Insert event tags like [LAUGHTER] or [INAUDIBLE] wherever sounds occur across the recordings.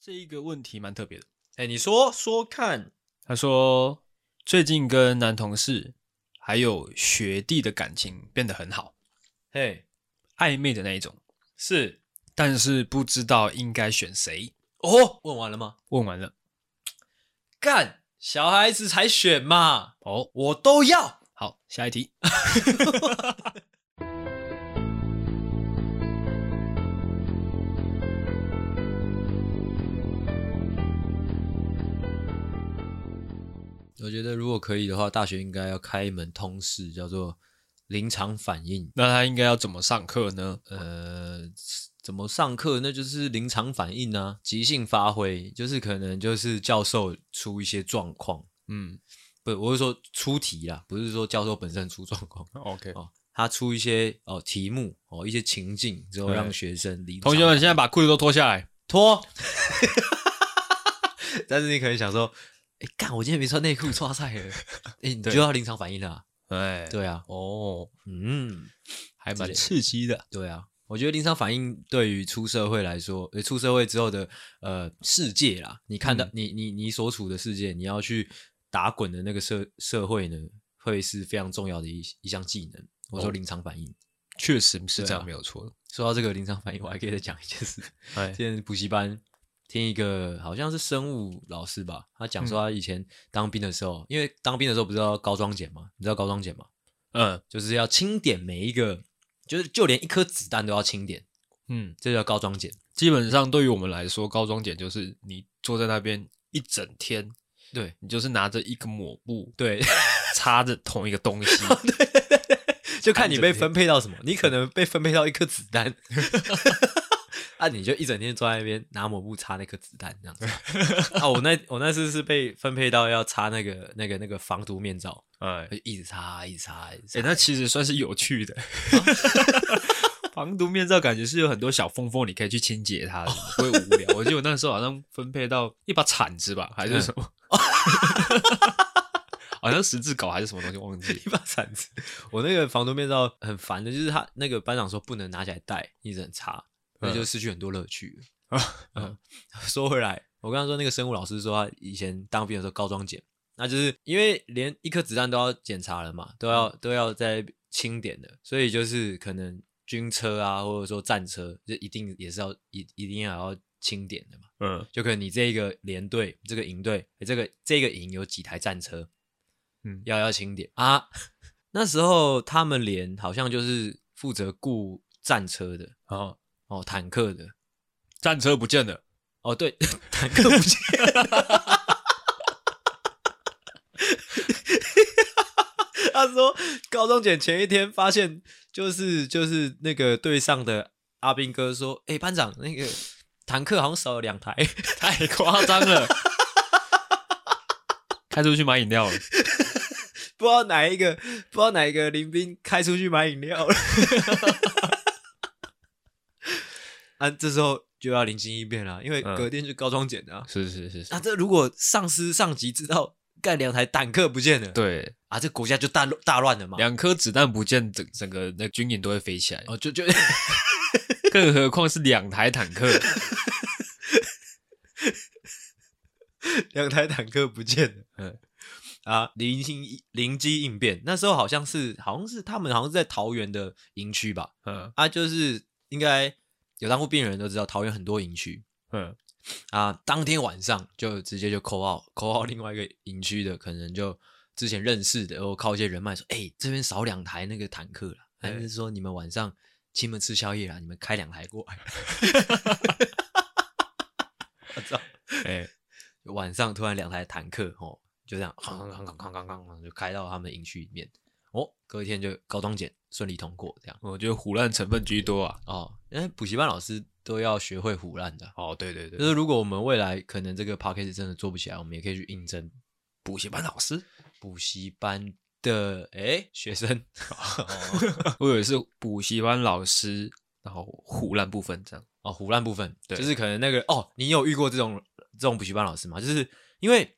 这一个问题蛮特别的。哎，你说说看，他说最近跟男同事还有学弟的感情变得很好，嘿，暧昧的那一种，是但是不知道应该选谁。哦，问完了吗？问完了，干，小孩子才选嘛，哦，我都要。好，下一题。我觉得如果可以的话，大学应该要开一门通识，叫做临场反应。那他应该要怎么上课呢？呃，怎么上课？那就是临场反应啊，即兴发挥，就是可能就是教授出一些状况，嗯不，我是说出题啦，不是说教授本身出状况，OK。哦，他出一些哦题目哦一些情境之后，对让学生理同学们，现在把裤子都脱下来。脱， [LAUGHS] 但是你可能想说，哎、干，我今天没穿内裤， [LAUGHS] 抓菜了，哎、你就对要临场反应啦、哎，，对啊，哦，嗯，还之类蛮的刺激的。对啊，我觉得临场反应对于出社会来说，呃，出社会之后的呃世界啦，你看到、嗯你你你所处的世界，你要去打滚的那个社社会呢，会是非常重要的一一项技能。我说哦临场反应，确实是这对啊样，没有错。说到这个临场反应，我还可以再讲一件 [LAUGHS] 事。哎，之前补习班听一个好像是生物老师吧，他讲说他以前当兵的时候，因为当兵的时候不是要高装检嘛，你知道高装检吗？嗯就是要清点每一个，就是就连一颗子弹都要清点，嗯，这叫高装检。基本上对于我们来说，高中点就是你坐在那边一整天，对你就是拿着一个抹布对， [LAUGHS] 擦着同一个东西。就看你被分配到什么，你可能被分配到一颗子弹， [LAUGHS] 啊，你就一整天坐在那边拿抹布擦那颗子弹这样子。啊，我那我那次是被分配到要擦那个那个那个防毒面罩，哎我，就一直擦一直擦一直擦。哎，那其实算是有趣啊的。 [LAUGHS] 防毒面罩感觉是有很多小缝缝，你可以去清洁它的，不会无聊。我记得我那时候好像分配到一把铲子吧，还嗯是什么， [LAUGHS] 好像十字镐还是什么东西，忘 [LAUGHS] 记了。一把铲子。我那个防毒面罩很烦的，就是他那个班长说不能拿起来戴，你只能擦，那就失去很多乐趣了。嗯， [LAUGHS] 说回来，我刚刚说那个生物老师说他以前当兵的时候高装检，那就是因为连一颗子弹都要检查了嘛，都要都要在清点的，所以就是可能军车啊，或者说战车，就一定也是要一一定要要清点的嘛。嗯就可能你这个连队、这个营队、哎这个这个营有几台战车，嗯要要清点啊。 [LAUGHS] 那时候他们连好像就是负责雇战车的然后哦，坦克的战车不见了，哦，对， [LAUGHS] 坦克不见了。 [LAUGHS] 他说，高中检前一天发现，就是就是那个队上的阿兵哥说：“哎、班长，那个坦克好像少了两台。”太夸张了， [LAUGHS] 开出去买饮料了。不知道哪一个不知道哪一个林兵开出去买饮料 [LAUGHS] 了。啊，这时候就要灵机一变了，因为嗯隔天就高装检的啊。是是是是，啊，这如果上司上级知道干两台坦克不见了，对，啊，这国家就大乱大乱了嘛。两颗子弹不见，整整个那军营都会飞起来，哦，就就更何况是两台坦克。 [LAUGHS] [LAUGHS] 两台坦克不见了。嗯啊，灵机灵机应变，那时候好像是好像是他们好像是在桃园的营区吧？嗯啊，就是应该有当过兵的人都知道，桃园很多营区，嗯，啊，当天晚上就直接就扣号，扣号 [LAUGHS] 另外一个营区的，可能就之前认识的，然后靠一些人脉说，哎、这边少两台那个坦克了，还是说你们晚上亲们吃宵夜啦，你们开两台过来。 [LAUGHS] 我操！哎、晚上突然两台坦克哦，就这样，哐哐哐哐哐哐哐就开到他们营区里面。哦，隔一天就高中检顺利通过，这样我觉得胡乱成分居多啊。哦，因为补习班老师都要学会胡乱的啊。哦，对对对，就是如果我们未来可能这个 p a c k a g e 真的做不起来，我们也可以去应征补习班老师，补习班的诶学生。我以为是补习班老师，然后胡乱部分这样。哦，胡乱部分，对就是可能那个哦，你有遇过这种这种补习班老师吗？就是因为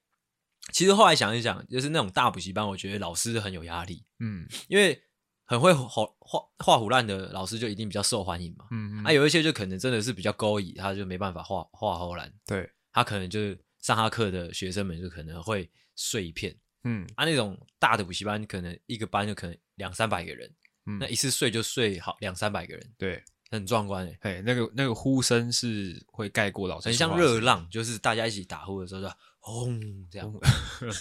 其实后来想一想，就是那种大补习班，我觉得老师很有压力，嗯因为很会画画画胡烂的老师就一定比较受欢迎嘛。嗯啊，有一些就可能真的是比较勾引，他就没办法画画后烂。对，他可能就是上他课的学生们就可能会睡一片，嗯啊，那种大的补习班可能一个班就可能两三百个人，嗯，那一次睡就睡好两三百个人，对，很壮观诶、哎，那个那个呼声是会盖过老师很说话像的声音，热浪，就是大家一起打呼的时候就轰这哦样。 [LAUGHS]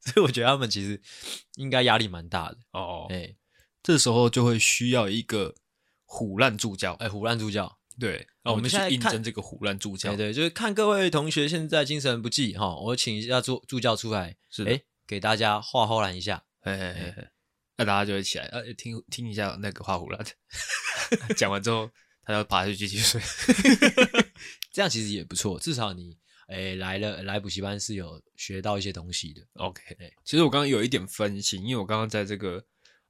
所以我觉得他们其实应该压力蛮大的。哦，哎、这时候就会需要一个虎烂助教，哎，胡乱助教，对，我我们们哦现在去应看征这个虎烂助教对，哎对，就是看各位同学现在精神不济哈，我请一下助助教出来，是的哎，给大家画画览一下，哎哎嗯哎哎，那大家就会起来，呃、听听一下那个画虎烂， [LAUGHS] 讲完之后他要爬下去继续 [LAUGHS] 睡，这样其实也不错，至少你哎来了来补习班是有学到一些东西的。 OK，对其实我刚刚有一点分心，因为我刚刚在这个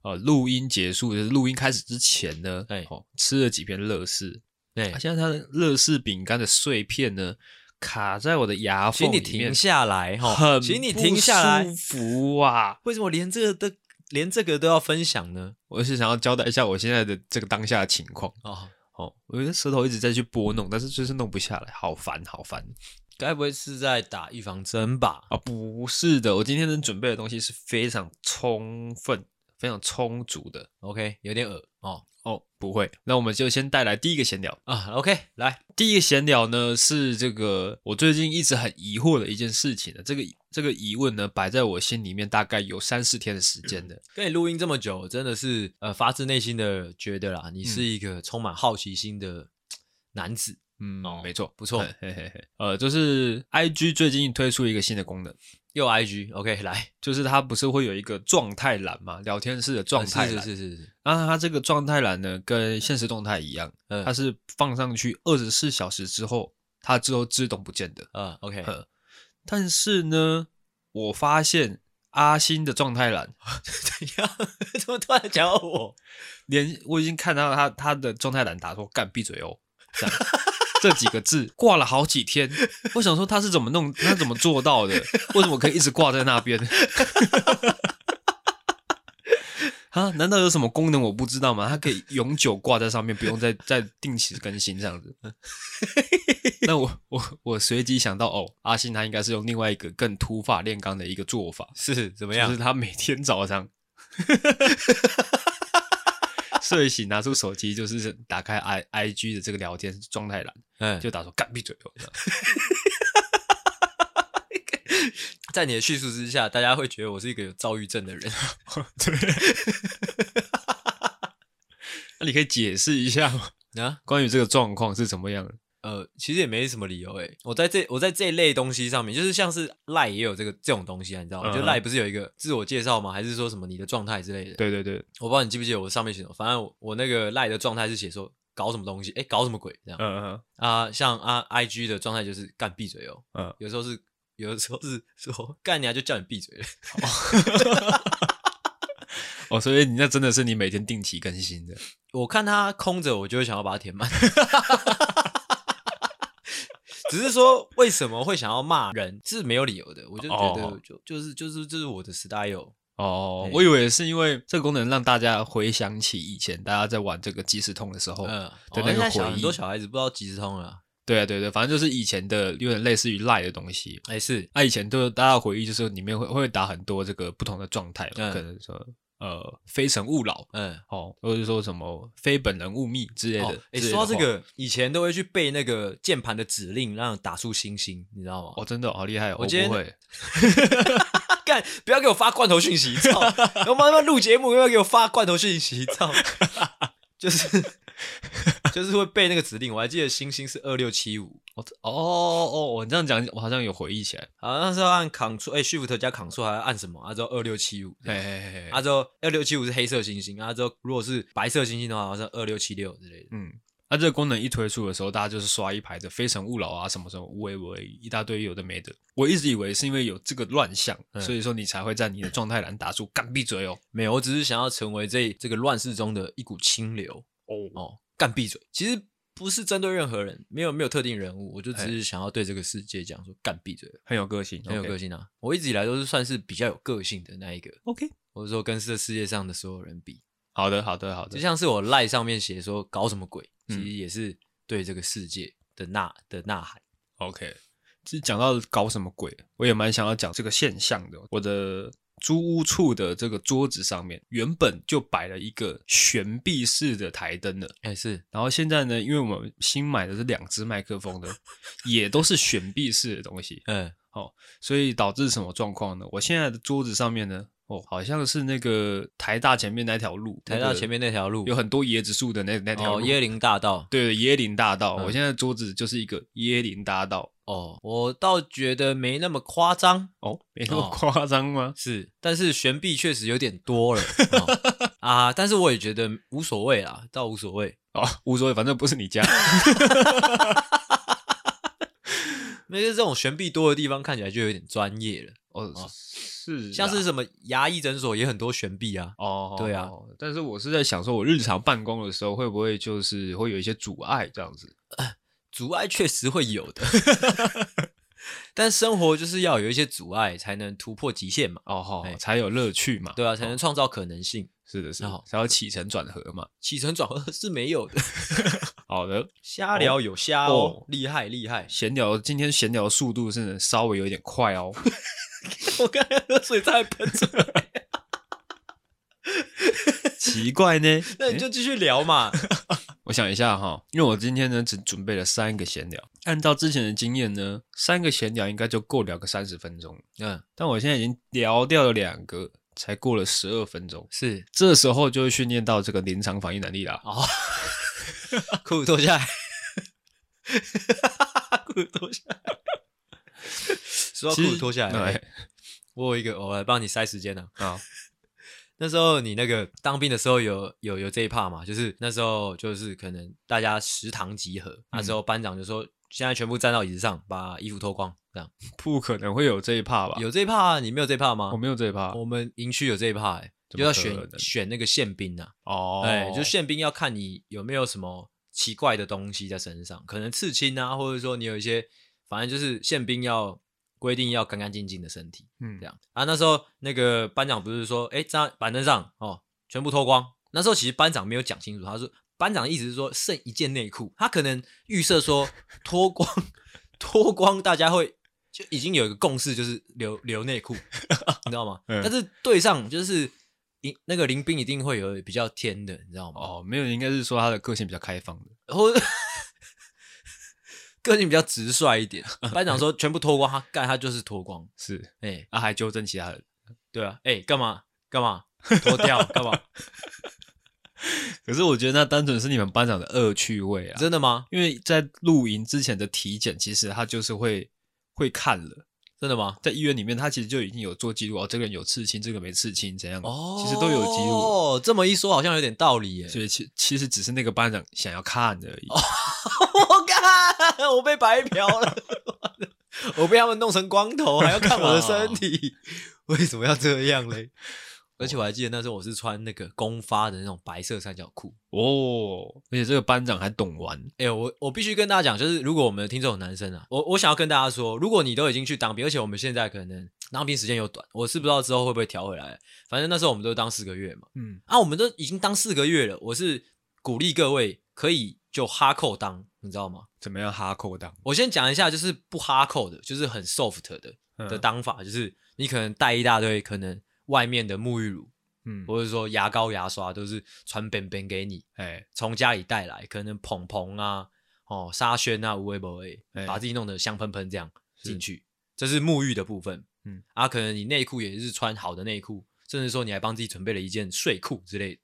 呃录音结束，就是录音开始之前呢，哎哦，吃了几片乐事，对啊，现在它的乐事饼干的碎片呢卡在我的牙请缝你里面，停下来哈，很请你不停下来舒。服啊！为什么连这个都连这个都要分享呢？我是想要交代一下我现在的这个当下的情况哦，哦，我的舌头一直在去拨弄，但是就是弄不下来，好烦好烦该不会是在打预防针吧？啊！不是的，我今天能准备的东西是非常充分、非常充足的。 OK，有点恶哦哦，不会。那我们就先带来第一个闲聊。啊。OK，来，第一个闲聊呢是这个我最近一直很疑惑的一件事情的，这个这个疑问呢摆在我心里面大概有三四天的时间的。跟你录音这么久，真的是呃发自内心的觉得啦，你是一个充满好奇心的嘖男子。嗯，哦没错，不错嘿嘿嘿嘿。呃，就是 I G 最近推出一个新的功能，又 IG，OK，、来，就是它不是会有一个状态栏嘛，聊天室的状态呃是栏。是是是是，那它这个状态栏呢，跟现实动态一样，嗯它是放上去二十四小时之后，它之后自动不见的。呃，OK，嗯但是呢，我发现阿星的状态栏，怎样？ [LAUGHS] 怎么突然讲到我？连我已经看到他他的状态栏打说“干闭嘴哦”这样这几个字挂了好几天，我想说他是怎么弄，他怎么做到的？为什么可以一直挂在那边？ [LAUGHS] 啊？难道有什么功能我不知道吗？它可以永久挂在上面，不用再再定期更新这样子。 [LAUGHS] 那我我我随即想到，哦，阿信他应该是用另外一个更土法炼钢的一个做法，是怎么就样是？他每天早上睡醒拿出手机，就是打开 i i g 的这个聊天状态栏，嗯，就就打说干闭嘴哦。这样在你的叙述之下，大家会觉得我是一个有躁郁症的人。 [LAUGHS] [LAUGHS] 对， [LAUGHS] 那你可以解释一下吗？ [LAUGHS] 啊，关于这个状况是怎么样的？呃，其实也没什么理由诶、我在这我在这一类东西上面，就是像是赖也有这个这种东西啊，你知道吗？嗯哼就赖不是有一个自我介绍吗？还是说什么你的状态之类的？，对对对，我不知道你记不记得我上面写什么，反正我我那个赖的状态是写说搞什么东西，诶、搞什么鬼这样、嗯嗯啊？像啊 IG 的状态就是干闭嘴哦，嗯，有时候是有的时候是说干你啊就叫你闭嘴了，哦，所以你那真的是你每天定期更新的，我看它空着，我就会想要把它填满。 [LAUGHS] 只是说为什么会想要骂人是没有理由的，我就觉得哦就、就是就是这是我的 style。哦对，我以为是因为这个功能让大家回想起以前大家在玩这个即时通的时候，嗯，对哦那个现在小回忆很多小孩子不知道即时通了啊。对啊对对，反正就是以前的有点类似于赖的东西，哎、是啊那、以前都大家回忆，就是里面会会打很多这个不同的状态嘛，嗯可能说呃非诚勿扰嗯，哦，或者说什么非本人勿密之类的。哦，哎、之类的说到这话个，以前都会去背那个键盘的指令，让打出星星，你知道吗？哦，真的好厉害哦，我我今天不会，干，不要给我发罐头讯息，操！然后妈妈录节目又要给我发罐头讯息，操！ [LAUGHS] 就是 [LAUGHS] 就是会背那个指令，我还记得星星是二六七五，哦这哦哦哦，我这样讲，我好像有回忆起来，好像是要按 Ctrl 哎、Shift 加 Ctrl 还要按什么？啊之后二六七五，嘿嘿嘿嘿，啊之后二六七五是黑色星星，啊之后如果是白色星星的话，好像二六七六之类的。嗯。那、这个功能一推出的时候，大家就是刷一排的“非诚勿扰”啊，什么什么“无为无为”，一大堆有的没的。我一直以为是因为有这个乱象，嗯所以说你才会在你的状态栏打出“干闭嘴哦没有，我只是想要成为这这个乱世中的一股清流。”哦，哦，干闭嘴！其实不是针对任何人，没有没有特定人物，我就只嘿是想要对这个世界讲说干闭嘴。很有个性，很有个性啊。我一直以来都是算是比较有个性的那一个， OK，或者说跟这世界上的所有人比，好的，好的，好的就。像是我赖上面写说搞什么鬼，嗯其实也是对这个世界的呐的呐喊。 OK，其实讲到搞什么鬼，我也蛮想要讲这个现象的。我的租屋处的这个桌子上面原本就摆了一个悬臂式的台灯的，哎、是然后现在呢，因为我们新买的是两只麦克风的，也都是悬臂式的东西，嗯所以导致什么状况呢？我现在的桌子上面呢，哦，好像是那个台大前面那条路，台大前面那条路有很多椰子树的那那条哦路，椰林大道 [LAUGHS] 对椰林大道。嗯我现在的桌子就是一个椰林大道，哦，我倒觉得没那么夸张，哦，没那么哦夸张吗？是，但是悬臂确实有点多了、 [LAUGHS] 哦啊，但是我也觉得无所谓啦，倒无所谓。哦，无所谓，反正不是你 [LAUGHS] 家。那个这种悬臂多的地方看起来就有点专业了，哦，是啊，像是什么牙医诊所也很多悬臂啊。哦，对啊哦。但是我是在想说，我日常办公的时候会不会就是会有一些阻碍这样子？阻碍确实会有的， [LAUGHS] 但生活就是要有一些阻碍才能突破极限嘛。哦吼哎，才有乐趣嘛。对啊，才能创造可能性。是的，是哦的，才有起承转合嘛。起承转合 [LAUGHS] 是没有的，好的，瞎聊有瞎哦哦，！厉害厉害闲聊今天闲聊速度是稍微有点快 [LAUGHS] 哦。我刚才喝水差点喷出来，奇怪呢， [LAUGHS] 那你就继续聊嘛。我想一下哈，因为我今天呢只准备了三个闲聊，按照之前的经验呢，三个闲聊应该就够聊个三十分钟，嗯，但我现在已经聊掉了两个，才过了十二分钟，是这时候就会训练到这个临场反应能力啦。哦，裤子脱下来， [LAUGHS] 裤子脱下来。 [LAUGHS] 说到裤子脱下来，哎我有一个，我来帮你塞时间啊。啊，那时候你那个当兵的时候有有有这一趴嘛？就是那时候就是可能大家食堂集合，那时候嗯班长就说现在全部站到椅子上，把衣服脱光，这样不可能会有哦这一趴吧？有这一趴、啊，你没有这一趴吗？我没有这一趴我们营区有这一趴、欸，怎就么要可选能选那个宪兵啊，哦哎、就宪兵要看你有没有什么奇怪的东西在身上，可能刺青啊，或者说你有一些，反正就是宪兵要规定要干干净净的身体。嗯这样啊。那时候那个班长不是说，哎、站在板凳上哦，全部脱光。那时候其实班长没有讲清楚，他说班长的意思是说剩一件内裤，他可能预设说脱光， [LAUGHS] 脱光大家会就已经有一个共识，就是留留内裤， [LAUGHS] 你知道吗？嗯但是对上就是。一那个林兵一定会有比较天的，你知道吗？哦，没有，应该是说他的个性比较开放的。 [LAUGHS] 或者个性比较直率一点。班长说全部脱光，他干他就是脱光。是哎、啊，还纠正其他人。对啊，哎、干嘛干嘛脱掉干 [LAUGHS] 嘛？可是我觉得那单纯是你们班长的恶趣味啊，真的吗？因为在露营之前的体检，其实他就是会会看了，真的吗？在医院里面，他其实就已经有做记录哦，这个人有刺青，这个没刺青，怎样，哦，其实都有记录。哦，这么一说好像有点道理耶。所以其其实只是那个班长想要看而已。 [LAUGHS] 我干，我被白嫖了， [LAUGHS] 我被他们弄成光头，还要看我的 [LAUGHS] 身体，为什么要这样 [LAUGHS] 嘞？而且我还记得那时候我是穿那个公发的那种白色三角裤。哦，而且这个班长还懂玩，哎、我我必须跟大家讲，就是如果我们的听众有男生啊，我我想要跟大家说，如果你都已经去当兵，而且我们现在可能当兵时间又短，我是不知道之后会不会调回来。啊反正那时候我们都当四个月嘛，嗯，啊，我们都已经当四个月了，我是鼓励各位可以就哈扣当，你知道吗？怎么样哈扣档我先讲一下，就是不哈扣的，就是很 soft 的嗯的，当法，就是你可能带一大堆可能外面的沐浴乳嗯，或者说牙膏、牙刷都是传本本给你，哎，从家里带来，可能蓬蓬啊、哦沙宣啊、无为不为哎，把自己弄得香喷喷这样是进去，这是沐浴的部分。嗯嗯，啊，可能你内裤也是穿好的内裤，甚至说你还帮自己准备了一件睡裤之类的。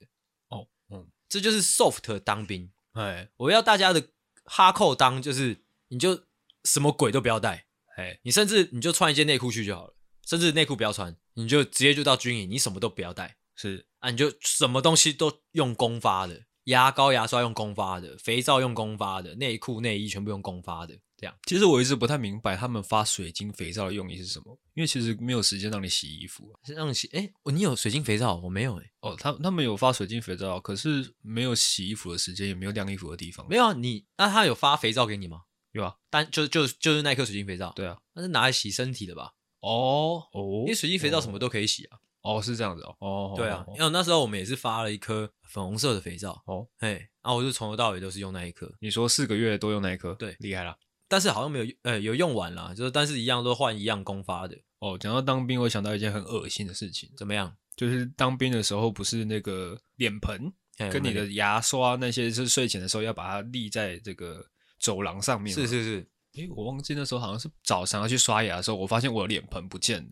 哦，嗯，这就是 soft 当兵。哎，我要大家的哈扣当就是，你就什么鬼都不要带，哎，你甚至你就穿一件内裤去就好了，甚至内裤不要穿，你就直接就到军营，你什么都不要带。是，啊，你就什么东西都用公发的，牙膏、牙刷用公发的，肥皂用公发的，内裤、内衣全部用公发的，这样其实我一直不太明白他们发水晶肥皂的用意是什么，因为其实没有时间让你洗衣服啊。是让你洗。哎、我你有水晶肥皂，我没有哎、哦，他他们有发水晶肥皂，可是没有洗衣服的时间，也没有晾衣服的地方。没有啊。你那他有发肥皂给你吗？有啊，单就就就是那颗水晶肥皂，对啊。那是拿来洗身体的吧？哦哦因为水晶肥皂什么都可以洗啊。哦是这样子哦。哦，对啊，哦因为那时候我们也是发了一颗粉红色的肥皂，哦，哎，啊，我就从头到尾都是用那一颗。你说四个月都用那一颗，对厉害了。但是好像没有用，呃，有用完啦，就是但是一样都换一样公发的，哦，讲到当兵，我想到一件很恶心的事情，怎么样？就是当兵的时候，不是那个脸盆哎跟你我们的牙刷那些，是睡前的时候要把它立在这个走廊上面。是，是是，诶，我忘记那时候好像是早上要去刷牙的时候，我发现我的脸盆不见了，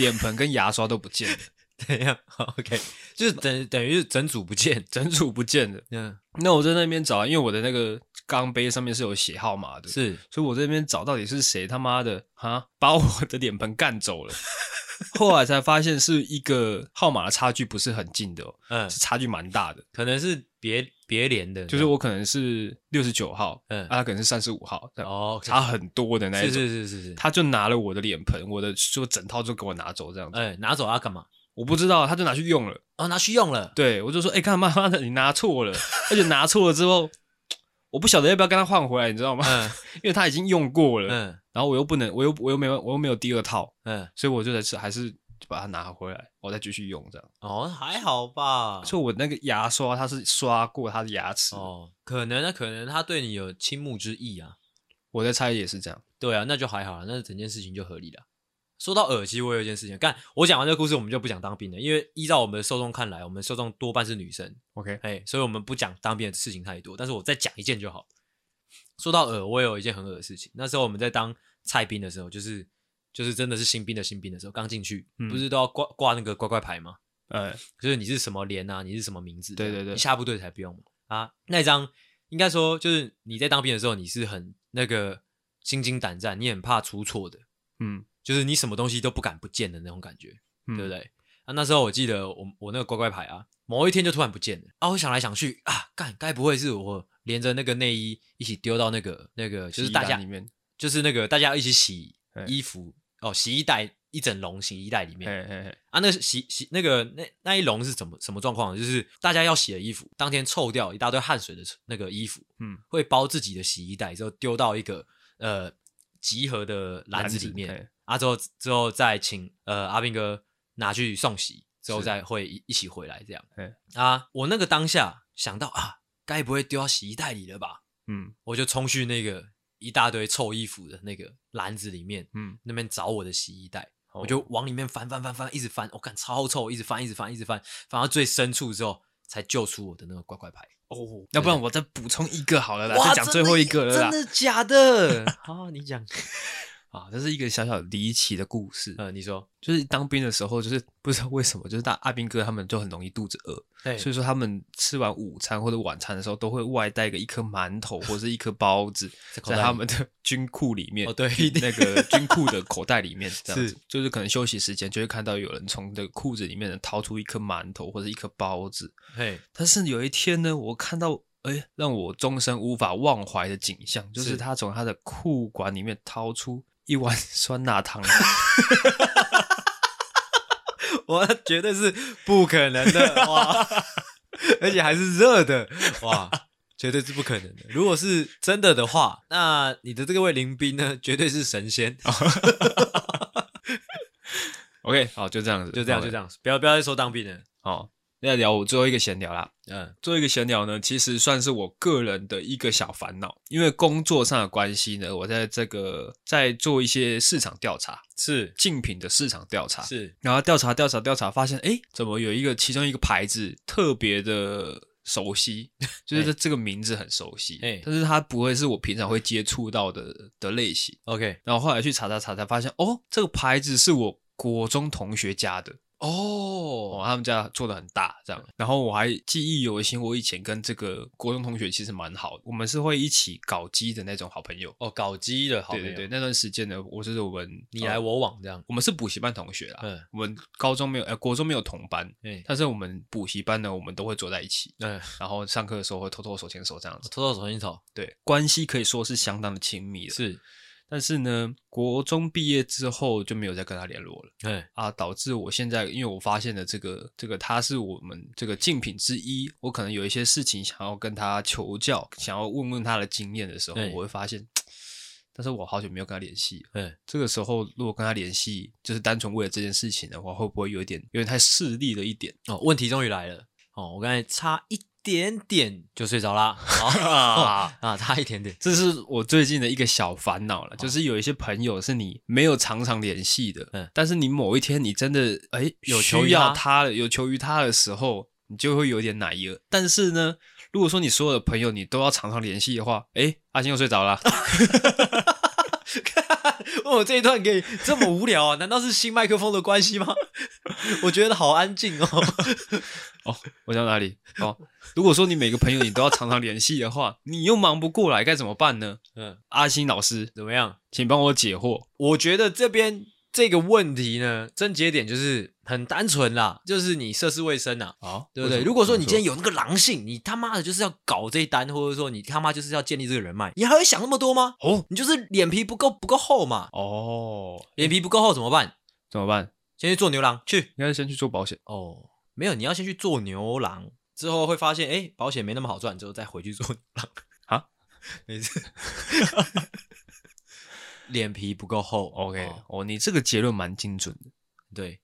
脸盆跟牙刷都不见了， [LAUGHS] 等一下好，OK，就是等等于是整组不见， [LAUGHS] 整组不见了。嗯，那我在那边找，因为我的那个钢杯上面是有写号码的，是所以我这边找到底是谁他妈的哈把我的脸盆干走了。后来才发现是一个号码的差距不是很近的、哦，嗯，是差距蛮大的。可能是别别连的，就是我可能是六十九号，嗯啊，他可能是三十五号，这样哦，差很多的那一是种。是是是是，他就拿了我的脸盆，我的就整套就给我拿走这样子。哎，拿走它干嘛？我不知道，他就拿去用了。哦，拿去 [LAUGHS] 用了，对我就说，哎、干嘛妈的，你拿错了，而且拿错了之后，我不晓得要不要跟他换回来，你知道吗？ [LAUGHS] 嗯因为他已经用过了，嗯然后我又不能，我又我又没有，我又没有第二套，嗯，所以我就才是还是把它拿回来，我再继续用这样。哦，还好吧，所以我那个牙刷，它是刷过他的牙齿，哦，可能呢，可能他对你有倾慕之意啊，我在猜也是这样。对啊，那就还好啦，那整件事情就合理了。说到耳机，我有一件事情，干，我讲完这个故事，我们就不讲当兵了，因为依照我们的受众看来，我们受众多半是女生， OK，哎，所以我们不讲当兵的事情太多，但是我再讲一件就好。说到耳，我也有一件很耳的事情。那时候我们在当菜兵的时候，就是就是真的是新兵的新兵的时候，刚进去，嗯不是都要挂挂那个乖乖牌吗？呃，就是你是什么连啊，你是什么名字这样？对对对你下部队才不用嘛。啊，那张应该说就是你在当兵的时候，你是很那个心惊胆战，你很怕出错的，嗯，就是你什么东西都不敢不见的那种感觉，嗯对不？对？啊，那时候我记得我我那个乖乖牌啊，某一天就突然不见了啊！我想来想去啊，干该不会是我连着那个内衣一起丢到那个那个就是洗衣大篮家里面，就是那个大家一起洗哎衣服哦，洗衣袋一整笼洗衣袋里面，嘿嘿嘿，啊，那个洗洗那个那那一笼是怎么什么状况呢？就是大家要洗的衣服，当天臭掉一大堆汗水的那个衣服，嗯，会包自己的洗衣袋，之后丢到一个呃集合的篮子里面，嘿啊，之后之后再请呃阿斌哥拿去送洗，之后是再会一一起回来这样嘿。啊，我那个当下想到啊，该不会丢到洗衣袋里了吧？嗯我就冲去那个一大堆臭衣服的那个篮子里面，嗯，那边找我的洗衣袋，哦我就往里面翻翻翻翻，一直翻，我、看超臭，一直翻一直翻一直翻，翻到最深处之后，才救出我的那个乖乖牌。哦，要不然我再补充一个好了啦，哇再讲最后一个了啦。哦真的 [LAUGHS] 假的？好，你讲。啊，这是一个小小离奇的故事。 [LAUGHS] 呃，你说，就是当兵的时候，就是不知道为什么，就是大阿兵哥他们就很容易肚子饿，哎所以说他们吃完午餐或者晚餐的时候，都会外带个一颗馒头或者一颗包子在口袋在里他们的军裤里面。哦对一定那个军裤的口袋 [LAUGHS] 里面，这样子是，就是可能休息时间就会看到有人从这个裤子里面掏出一颗馒头或者一颗包子，嘿，但是有一天呢，我看到哎，让我终身无法忘怀的景象，就是是他从他的裤管里面掏出一碗酸辣 [LAUGHS] 汤。我绝对是不可能的哇，而且还是热的哇，绝对是不可能的。如果是真的的话，那你的这位林斌呢，绝对是神仙。啊 OK，好，就这样子，就这样，好就了这样，不要不要再说当兵了。好，那聊我最后一个闲聊啦。嗯，最后一个闲聊呢，其实算是我个人的一个小烦恼，因为工作上的关系呢，我在这个在做一些市场调查，是竞品的市场调查，是，然后调查调查调查，发现哎，诶怎么有一个其中一个牌子特别的熟悉， [LAUGHS] 就是这这个名字很熟悉，哎但是它不会是我平常会接触到的的类型。 OK，然后后来去查查查，才发现哦，这个牌子是我国中同学家的。哦，哦，他们家做的很大，这样。然后我还记忆犹新，我以前跟这个国中同学其实蛮好的，我们是会一起搞基的那种好朋友。哦，搞基的好对朋友，嗯对对，那段时间呢，我就是我们你来呃我往这样，我们是补习班同学啦。嗯我们高中没有，呃，国中没有同班，哎但是我们补习班呢，我们都会坐在一起，嗯，然后上课的时候会偷偷手牵手这样子。偷偷手心头对，关系可以说是相当的亲密的。，是，但是呢，国中毕业之后就没有再跟他联络了。哎啊，导致我现在，因为我发现了这个这个他是我们这个竞品之一，我可能有一些事情想要跟他求教，想要问问他的经验的时候，对我会发现，但是我好久没有跟他联系了。哎，这个时候如果跟他联系，就是单纯为了这件事情的话，会不会有一点有点太势利了一点？哦，问题终于来了，哦，我刚才差一点点就睡着啦。 [LAUGHS] 啊啊啊，差一点点。这是我最近的一个小烦恼了，就是有一些朋友是你没有常常联系的，嗯但是你某一天你真的哎有求需于要他他了，有求于他的时候，你就会有点奶油。但是呢，如果说你所有的朋友你都要常常联系的话，哎，阿星又睡着 [LAUGHS] 了，哦，这一段可以这么无聊啊？ [LAUGHS] 难道是新麦克风的关系吗？ [LAUGHS] 我觉得好安静哦。 [LAUGHS] 我讲哪里？哦，如果说你每个朋友你都要常常联系的话， [LAUGHS] 你又忙不过来，该怎么办呢？嗯，阿星老师，怎么样？请帮我解惑。我觉得这边这个问题呢，症结点就是很单纯啦，就是你涉世未深啊，好，对不对？如果说你今天有那个狼性，你他妈的就是要搞这一单，或者说你他妈就是要建立这个人脉，你还会想那么多吗？哦你就是脸皮不够不够厚嘛，哦，脸皮不够厚怎么办？怎么办？先去做牛郎去应该先去做保险。哦，没有，你要先去做牛郎，之后会发现哎，诶保险没那么好赚，之后再回去做牛郎啊，没事，脸皮不够厚 OK，哦哦，你这个结论蛮精准的，对，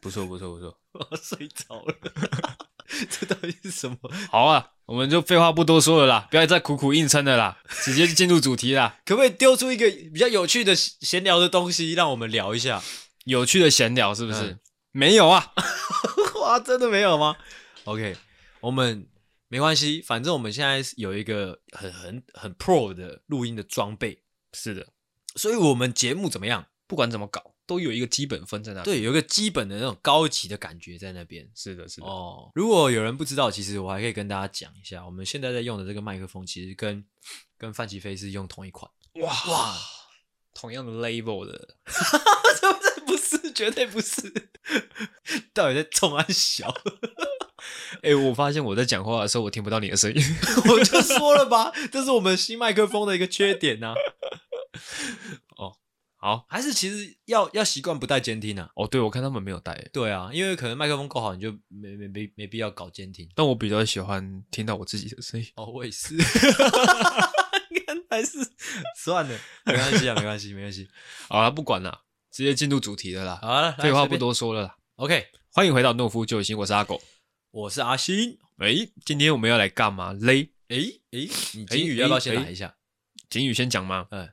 不错不错不错。我要睡着了， [LAUGHS] 这到底是什么？好啊，我们就废话不多说了啦，不要再苦苦硬撑了啦，直接进入主题啦。可不可以丢出一个比较有趣的闲闲聊的东西，让我们聊一下？有趣的闲聊是不是？嗯没有啊， [LAUGHS] [LAUGHS] 哇，真的没有吗？OK，我们没关系，反正我们现在是有一个很很很 pro 的录音的装备，是的，所以我们节目怎么样？不管怎么搞，都有一个基本分在那。，对，有一个基本的那种高级的感觉在那边。是的，是的。哦，如果有人不知道，其实我还可以跟大家讲一下，我们现在在用的这个麦克风，其实跟跟范奇飞是用同一款。哇哇，同样的 label 的，这 [LAUGHS] 不是，绝对不是。 [LAUGHS] 到底在冲安小？哎、我发现我在讲话的时候，我听不到你的声音。 [LAUGHS] [LAUGHS] 我就说了吧， [LAUGHS] 这是我们新麦克风的一个缺点呐、好，还是其实要要习惯不带监听啊？哦，对，我看他们没有带，对啊，因为可能麦克风够好，你就没没没没必要搞监听。但我比较喜欢听到我自己的声音。哦，我也是。 [LAUGHS] 看还是算了，没关系啊，没关系，没关系。好了，不管了，直接进入主题了啦。好了，来废话不。随便多说了啦， OK，欢迎回到《懦夫救星》，我是阿狗。我是阿星。诶，今天我们要来干嘛嘞？诶诶，诶你金宇要不要诶先来诶一下？景宇先讲吗？嗯，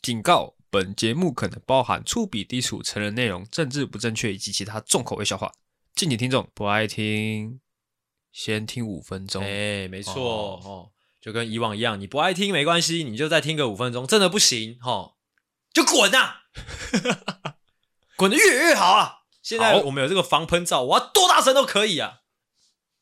警告：本节目可能包含粗鄙、低俗、成人内容、政治不正确以及其他重口味笑话，敬请听众不爱听，先听五分钟。哎，没错哦哦就跟以往一样，你不爱听没关系，你就再听个五分钟，真的不行哦，就滚啊，滚得越越好啊！现在好我们有这个防喷罩，我要多大声都可以啊，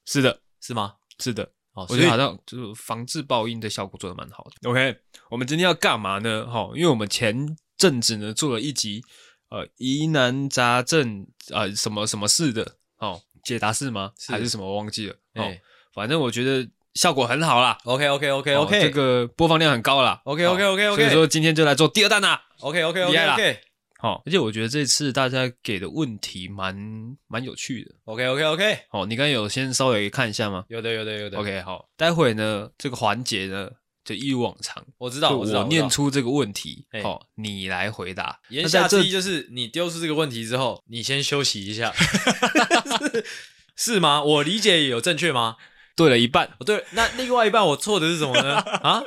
是的，是吗？是的，哦，我所觉以得好像就是防治报应的效果做得蛮好的。OK，我们今天要干嘛呢？哈、因为我们前阵子呢做了一集呃疑难杂症呃什么什么事的哦，解答是吗？是还是什么我忘记了？哦，哎反正我觉得效果很好啦。 ，OK OK OK 哦 OK，这个播放量很高啦。哦 OK，OK，OK，OK 所以说今天就来做第二弹啦。 OK OK 厉害 OK 啦 OK 好、而且我觉得这次大家给的问题蛮蛮有趣的。 OK OK OK，哦，你刚才有先稍微看一下吗有的有的有的？OK，好，待会呢这个环节呢就一如往常，我知道就我知道，我知念道。出这个问题哎，好、你来回答。言那下在之这意就是，你丢出这个问题之后，你先休息一下，是是吗？我理解有正确吗？对了一半，哦，对，那另外一半我错的是什么呢？啊，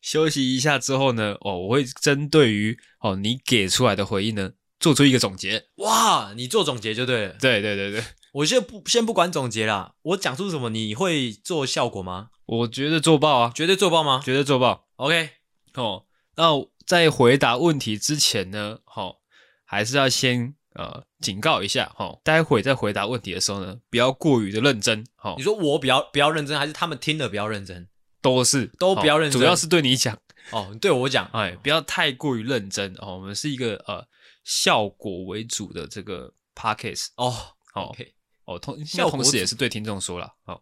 休息一下之后呢，哦，我会针对于哦你给出来的回应呢，做出一个总结。哇，你做总结就对了。对对对对，我先不先不管总结啦，我讲出什么你会做效果吗？我觉得做爆啊，绝对做爆吗绝对做爆。 ？OK，哦，那在回答问题之前呢，哦，还是要先呃警告一下，哦，待会在回答问题的时候呢，不要过于的认真，哦你，说我比较比较认真，还是他们听了比较认真？都是都哦不要认真主要是对你讲，哦，对我讲，哎，不要太过于认真哦。我们是一个呃效果为主的这个 podcast，哦哦，OK，哦，同效果同时也组是对听众说了，哦，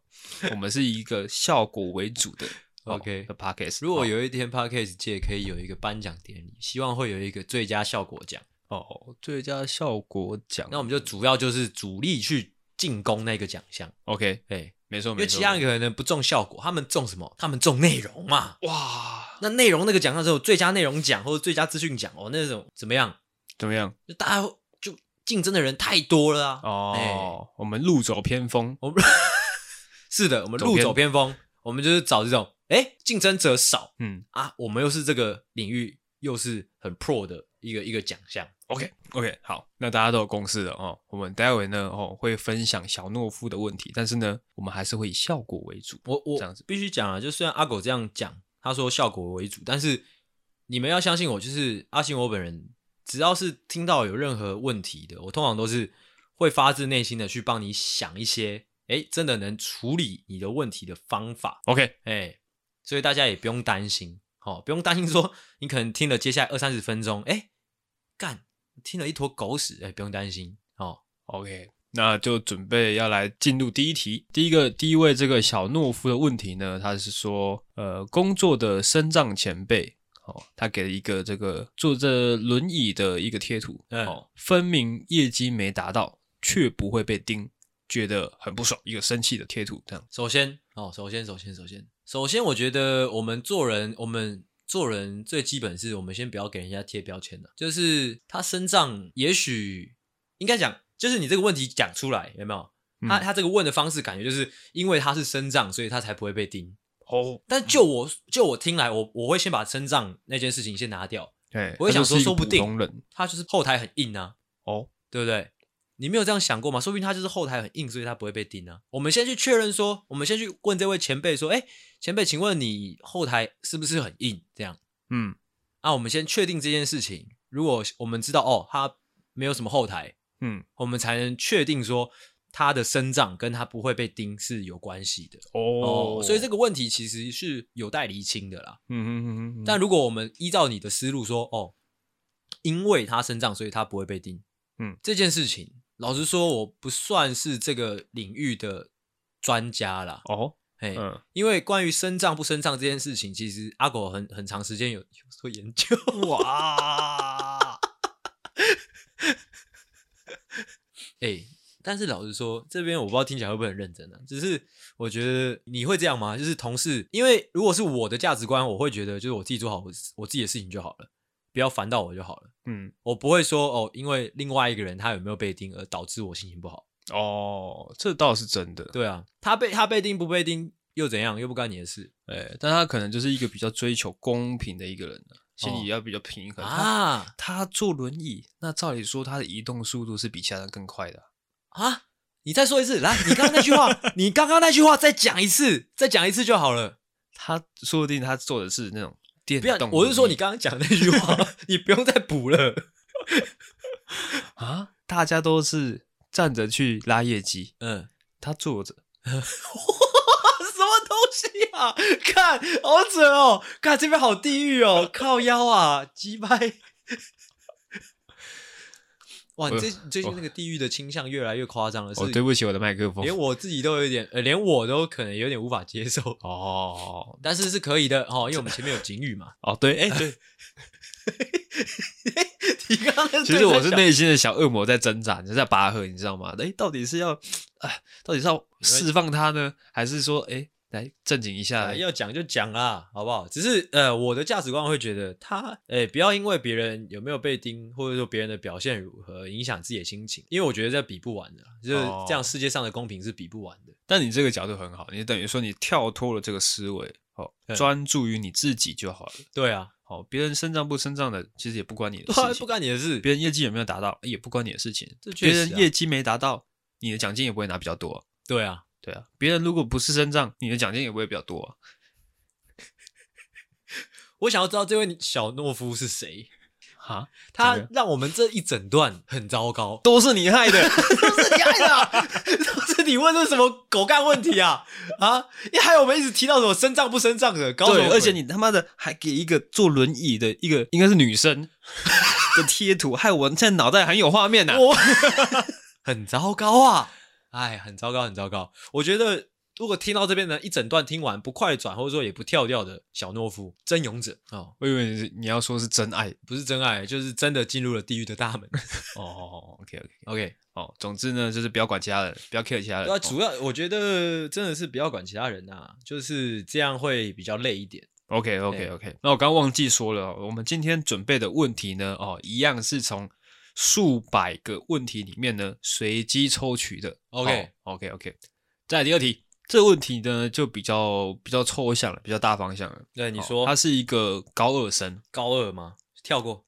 我们是一个效果为主的哦 OK 的 podcast，如果哦有一天 Podcast 界可以有一个颁奖典礼，希望会有一个最佳效果奖，哦最佳效果奖，那我们就主要就是主力去进攻那个奖项， OK，对，没错因没为错，其他人可能不重效果，他们重什么？他们重内容嘛。哇，那内容那个奖项之后，最佳内容奖或者最佳资讯奖哦，那种怎么样？怎么样？就大家会就竞争的人太多了啊！哎哦，我们路走偏锋，我们是的，我们走路偏走偏锋，我们就是找这种哎竞争者少嗯啊，我们又是这个领域又是很 pro 的一个一个奖项。 ，OK OK，好，那大家都有共识了哦。我们待会呢哦会分享小懦夫的问题，但是呢，我们还是会以效果为主。我我这样子必须讲啊，就虽然阿狗这样讲，他说效果为主，但是你们要相信我，就是阿信我本人，只要是听到有任何问题的，我通常都是会发自内心的去帮你想一些，哎、真的能处理你的问题的方法， OK，哎、所以大家也不用担心，哦，不用担心说你可能听了接下来二三十分钟，哎、干听了一坨狗屎，哎、不用担心，哦， OK，那就准备要来进入第一题。第一个，第一位这个小懦夫的问题呢，他是说，呃，工作的身障前辈，哦，他给了一个这个坐着轮椅的一个贴图，嗯哦，分明业绩没达到，却不会被盯，觉得很不爽，一个生气的贴图，这样，首先哦，首先，首先，首先，首先，我觉得我们做人，我们做人最基本是我们先不要给人家贴标签的，就是他身上也许应该讲，就是你这个问题讲出来有没有？他嗯他这个问的方式，感觉就是因为他是身障，所以他才不会被盯。哦，但就我就我听来，我我会先把身障那件事情先拿掉，哎，我也想他就是一说个说不定普通人，他就是后台很硬啊，哦，对不对？你没有这样想过吗？说不定他就是后台很硬，所以他不会被盯啊。我们先去确认说，我们先去问这位前辈说，哎，前辈，请问你后台是不是很硬？这样嗯，啊，我们先确定这件事情。如果我们知道哦，他没有什么后台，嗯，我们才能确定说他的生长跟他不会被盯是有关系的。哦，所以这个，个问题其实是有待厘清的啦。嗯嗯嗯，但如果我们依照你的思路说，哦，因为他身障，所以他不会被盯，嗯，这件事情，老实说，我不算是这个领域的专家啦，哦，哎、嗯，因为关于身障不身障这件事情，其实阿狗很很长时间有有做研究， [LAUGHS] 哇，哎、但是老实说，这边我不知道听起来会不会很认真啊，只是我觉得你会这样吗？就是同事，因为如果是我的价值观，我会觉得就是我自己做好我我自己的事情就好了，不要烦到我就好了。嗯，我不会说哦，因为另外一个人他有没有被盯而导致我心情不好。哦，这倒是真的，对啊，他被他被盯不被盯又怎样？又不干你的事哎，但他可能就是一个比较追求公平的一个人、啊、心里要比较平衡。他啊他坐轮椅，那照理说他的移动速度是比其他人更快的啊、啊！你再说一次，来，你刚刚那句 [LAUGHS] 话，你刚刚那句话再讲一次，再讲一次就好了。他说不定他坐的是那种电不要动，，我是说你刚刚讲的那句话， [LAUGHS] 你不用再补了。 [LAUGHS] 啊，大家都是站着去拉业绩，嗯，他坐着。什么东西啊？ [LAUGHS] 看，好准哦！看这边好地 [LAUGHS] 狱哦，靠腰啊，鸡掰！哇，你最最近那个地狱的倾向越来越夸张了，是呃哦，对不起，我的麦克风。连我自己都有一点，呃，连我都可能有点无法接受，哦但是是可以的哦，因为我们前面有警 [LAUGHS] 语嘛。哦，对，哎、对，你刚刚那个其实我对是在内心的小恶魔在挣扎，你在拔河，你知道吗？哎、到底是要，哎，到底是要释放他呢，还是说，哎、来正经一想下啊？要讲就讲啦，好不好？只是呃，我的价值观会觉得他，哎，不要因为别人有没有被盯，或者说别人的表现如何，影响自己的心情，因为我觉得这比不完的，就是哦这样，世界上的公平是比不完的。但你这个角度很好，你等于说你跳脱了这个思维，哦对，专注于你自己就好了。对啊，哦，别人升账不升账的，其实也不关你的对啊事 [LAUGHS] 不情。干你的事。别人业绩有没有达到，也不关你的事情。这确别实啊人业绩没达到，你的奖金也不会拿比较多。对啊，对啊，别人如果不是升账，你的奖金也不会比较多啊、我想要知道这位小懦夫是谁，哈，他真的让我们这一整段很 [LAUGHS] 糟糕。都是你害的。都是你害的、啊，都是你 [LAUGHS] 问这什么狗干问题啊啊！你害我们一直提到什么身障不身障的，搞什对，么？而且你他妈的还给一个坐轮椅的一个，应该是女生 [LAUGHS] 的贴图，害我现在脑袋很有画面呐、啊我 [LAUGHS] 很糟糕啊！哎，很糟糕，很糟糕。我觉得如果听到这边呢，一整段听完不快转，或者说也不跳掉的小懦夫，真勇者哦，我以为你是你要说是真爱。不是真爱，就是真的进入了地狱的 [LAUGHS] 大门。哦哦，OK OK。 OK，哦，总之呢，就是不要管其他人，不要 care 其他人。对啊，哦主要我觉得真的是不要管其他人呐、啊就是这样会比较累一点。 OK OK OK，那我刚刚忘记说了哦，我们今天准备的问题呢，哦，一样是从数百个问题里面呢随机抽取的。 OK 哦 OK OK，再来第二题，这问题呢就比较比较抽象了，比较大方向了。对，你哦说他是一个高二生，高二吗？跳过，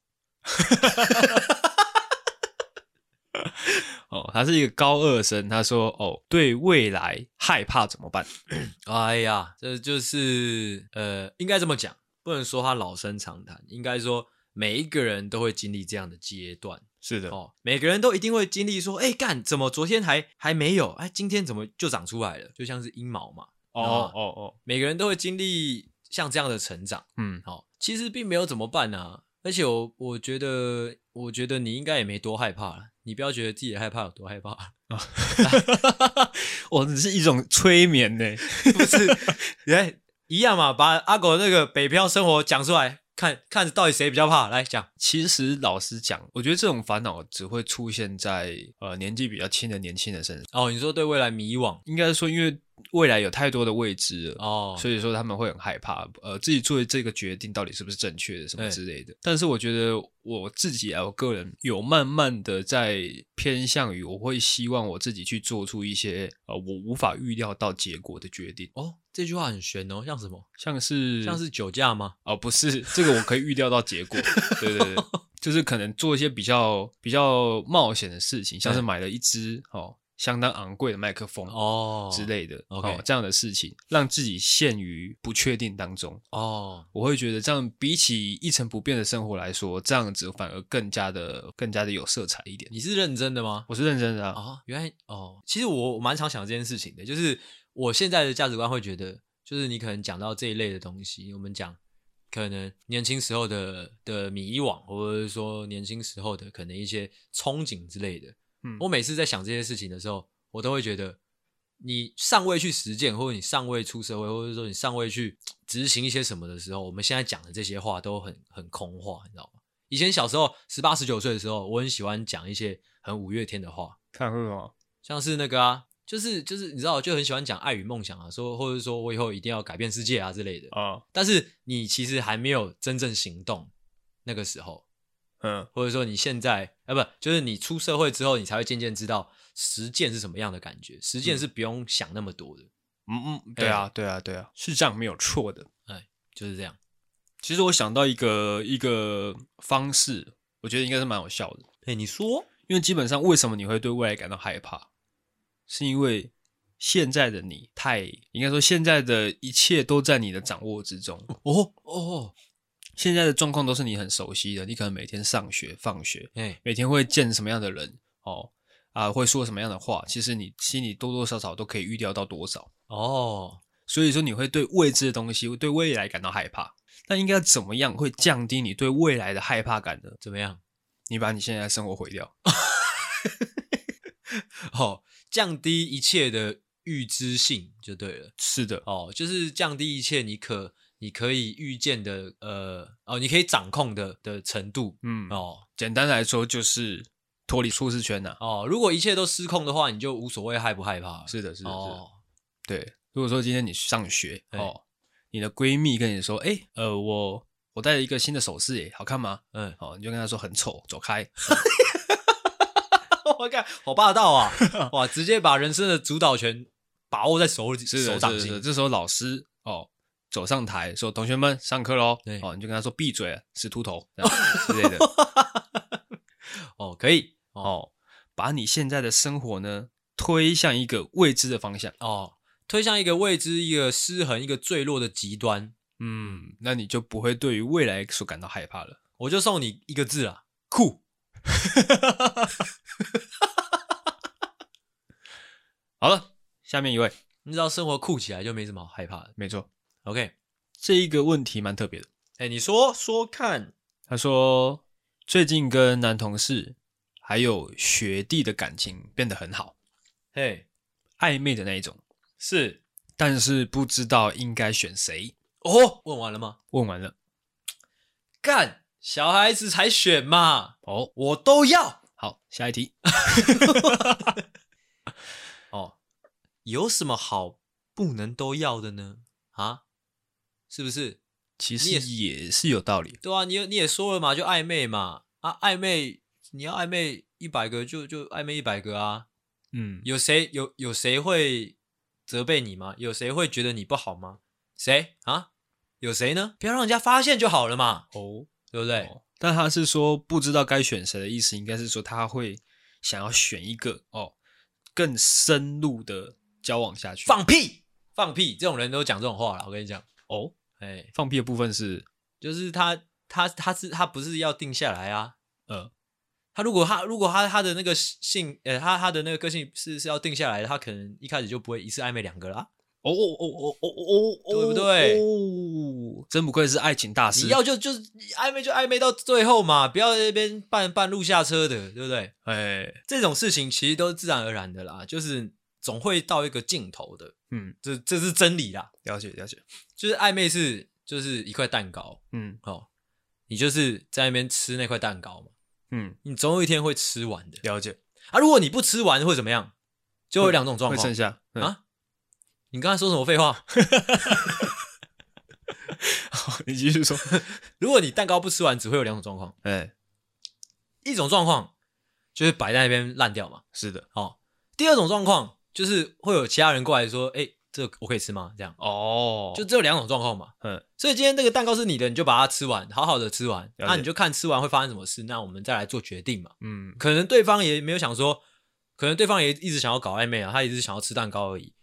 哦，他是一个高二生，他说哦，对未来害怕怎么办？哎呀，这就是呃，应该这么讲，不能说他老生常谈，应该说每一个人都会经历这样的阶段是的，哦，每个人都一定会经历说，哎，干怎么昨天还还没有，哎，今天怎么就长出来了？就像是阴毛嘛，哦哦哦，每个人都会经历像这样的成长。嗯， [LAUGHS] 好、其实并没有怎么办啊，而且我我觉得，我觉得你应该也没多害怕了，你不要觉得自己害怕有多害怕。 [LAUGHS] 我只是一种催眠呢。不是，哎，一样嘛，把阿狗那个北漂生活讲出来，看看到底谁比较怕，来讲。其实老实讲，我觉得这种烦恼只会出现在呃年纪比较轻的年轻人身上。哦，你说对未来迷惘应该说，因为未来有太多的未知了。哦，所以说他们会很害怕，呃，自己做的这个决定到底是不是正确的，什么对之类的。但是我觉得我自己啊，我个人有慢慢的在偏向于，我会希望我自己去做出一些呃我无法预料到结果的决定，哦，这句话很悬哦，像什么？像是像是酒驾吗？哦，不是，这个我可以预料到结果。对对 [LAUGHS] 对，就是可能做一些比较比较冒险的事情，像是嗯买了一支哦相当昂贵的麦克风哦，之类的， OK 哦这样的事情，让自己陷于不确定当中。哦，我会觉得这样比起一成不变的生活来说，这样子反而更加的更加的有色彩一点。你是认真的吗？我是认真的啊，哦，原来哦，其实我我蛮常想这件事情的，就是我现在的价值观会觉得，就是你可能讲到这一类的东西，我们讲可能年轻时候的的迷惘，或者是说年轻时候的可能一些憧憬之类的。嗯我每次在想这些事情的时候，我都会觉得，你尚未去实践，或者你尚未出社会，或者说你尚未去执行一些什么的时候，我们现在讲的这些话都很很空话，你知道吗？以前小时候十八十九岁的时候，我很喜欢讲一些很五月天的话，看会什么？像是那个啊，就是就是你知道，就很喜欢讲爱与梦想啊，说或者说我以后一定要改变世界啊之类的。啊，但是你其实还没有真正行动，那个时候，嗯，或者说你现在啊，不就是你出社会之后，你才会渐渐知道实践是什么样的感觉。实践是不用想那么多的，嗯嗯，对哎啊，对啊，对啊，是这样没有错的。就是这样。其实我想到一个一个方式，我觉得应该是蛮有效的，哎，你说因为基本上为什么你会对未来感到害怕，是因为现在的你太应该说现在的一切都在你的掌握之中，哦哦，现在的状况都是你很熟悉的，你可能每天上学、放学，哎每天会见什么样的人哦。啊，会说什么样的话？其实你心里多多少少都可以预料到多少，哦，所以说你会对未知的东西、对未来感到害怕。那应该怎么样会降低你对未来的害怕感呢？怎么样？你把你现在的生活毁掉。哦，降低一切的预知性就对了。是的，哦，就是降低一切你可你可以预见的呃哦，你可以掌控的的程度嗯，哦简单来说就是脱离舒适圈呐、哦，如果一切都失控的话，你就无所谓害不害怕了。是的，是的，是的哦，对。如果说今天你上学哎哦，你的闺蜜跟你说，哎、呃，我我戴了一个新的首饰，哎，好看吗？，嗯 [LAUGHS] 哦，你就跟她说很丑，走开。我看好霸道啊！哇，直接把人生的主导权把握在手里，是手的，掌是的，心。这时候老师哦走上台说，同学们上课喽对。哦，你就跟她说闭嘴了，死秃头这样之 [LAUGHS] 类的。哦，可以哦哦，把你现在的生活呢推向一个未知的方向。哦，推向一个未知、一个失衡、一个坠落的极端，嗯，那你就不会对于未来所感到害怕了。我就送你一个字啊啦，酷。好了，下面一位，你知道生活酷起来就没什么好害怕的。没错， OK，这一个问题蛮特别的。哎，你说说看，他说，最近跟男同事还有学弟的感情变得很好，嘿，暧昧的那一种，是但是不知道应该选谁。哦，问完了吗？问完了，干，小孩子才选嘛，哦，我都要。好，下一题。哦，有什么好不能都要的呢？啊，是不是？其你也实是也是有道理，对啊，你你也说了嘛，就暧昧嘛，啊，暧昧，你要暧昧一百个就就暧昧一百个啊，嗯，有谁有有谁会责备你吗？有谁会觉得你不好吗？谁啊？有谁呢？不要让人家发现就好了嘛，哦，对不对？但他是说不知道该选谁的意思，应该是说他会想要选一个哦更深入的交往下去。放屁，放屁！这种人都讲这种话了，我跟你讲，哦，哎，放屁的部分是就是他，他，他是他不是要定下来啊？呃他如果他如果他他的那个性，呃，他他的那个个性是是要定下来的，他可能一开始就不会一次暧昧两个啦。哦哦哦哦哦哦，对不对哦，真不愧是爱情大师。你要就就是暧昧就暧昧到最后嘛，不要在那边半半路下车的，对不对？哎，这种事情其实都是自然而然的啦，就是总会到一个尽头的，嗯，这这是真理啦。了解了解，就是暧昧是就是一块蛋糕嗯哦，你就是在那边吃那块蛋糕嘛，嗯，你总有一天会吃完的了解，啊。如果你不吃完会怎么样？就有两种状会剩况。下嗯啊你刚才说什么废话？ [LAUGHS] 好 [LAUGHS] 你继续说，如果你蛋糕不吃完，只会有两种状况， [LAUGHS] 哎，一种状况就是摆在那边烂掉嘛，是的，哦。第二种状况就是会有其他人过来说，哎、这个我可以吃吗？这样哦就只有两种状况嘛。嗯所以今天这个蛋糕是你的，你就把它吃完，好好的吃完，了解那、你就看吃完会发生什么事，那我们再来做决定嘛。嗯可能对方也没有想说，可能对方也一直想要搞暧昧啊，他也只是想要吃蛋糕而已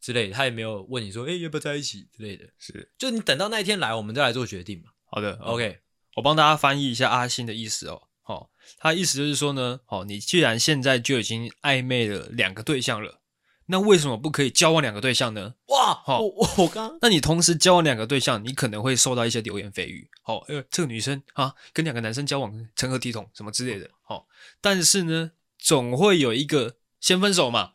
之类的，他也没有问你说，哎、要不要在一起之类的。是就你等到那一天来，我们再来做决定嘛。好的 OK，我帮大家翻译一下阿信的意思哦。哦，他意思就是说呢，哦，你既然现在就已经暧昧了两个对象了，那为什么不可以交往两个对象呢？哇，好我我我刚那你同时交往两个对象，你可能会受到一些流言蜚语。哦，呃，这个女生啊，跟两个男生交往成何体统，什么之类的。哦，但是呢，总会有一个先分手嘛。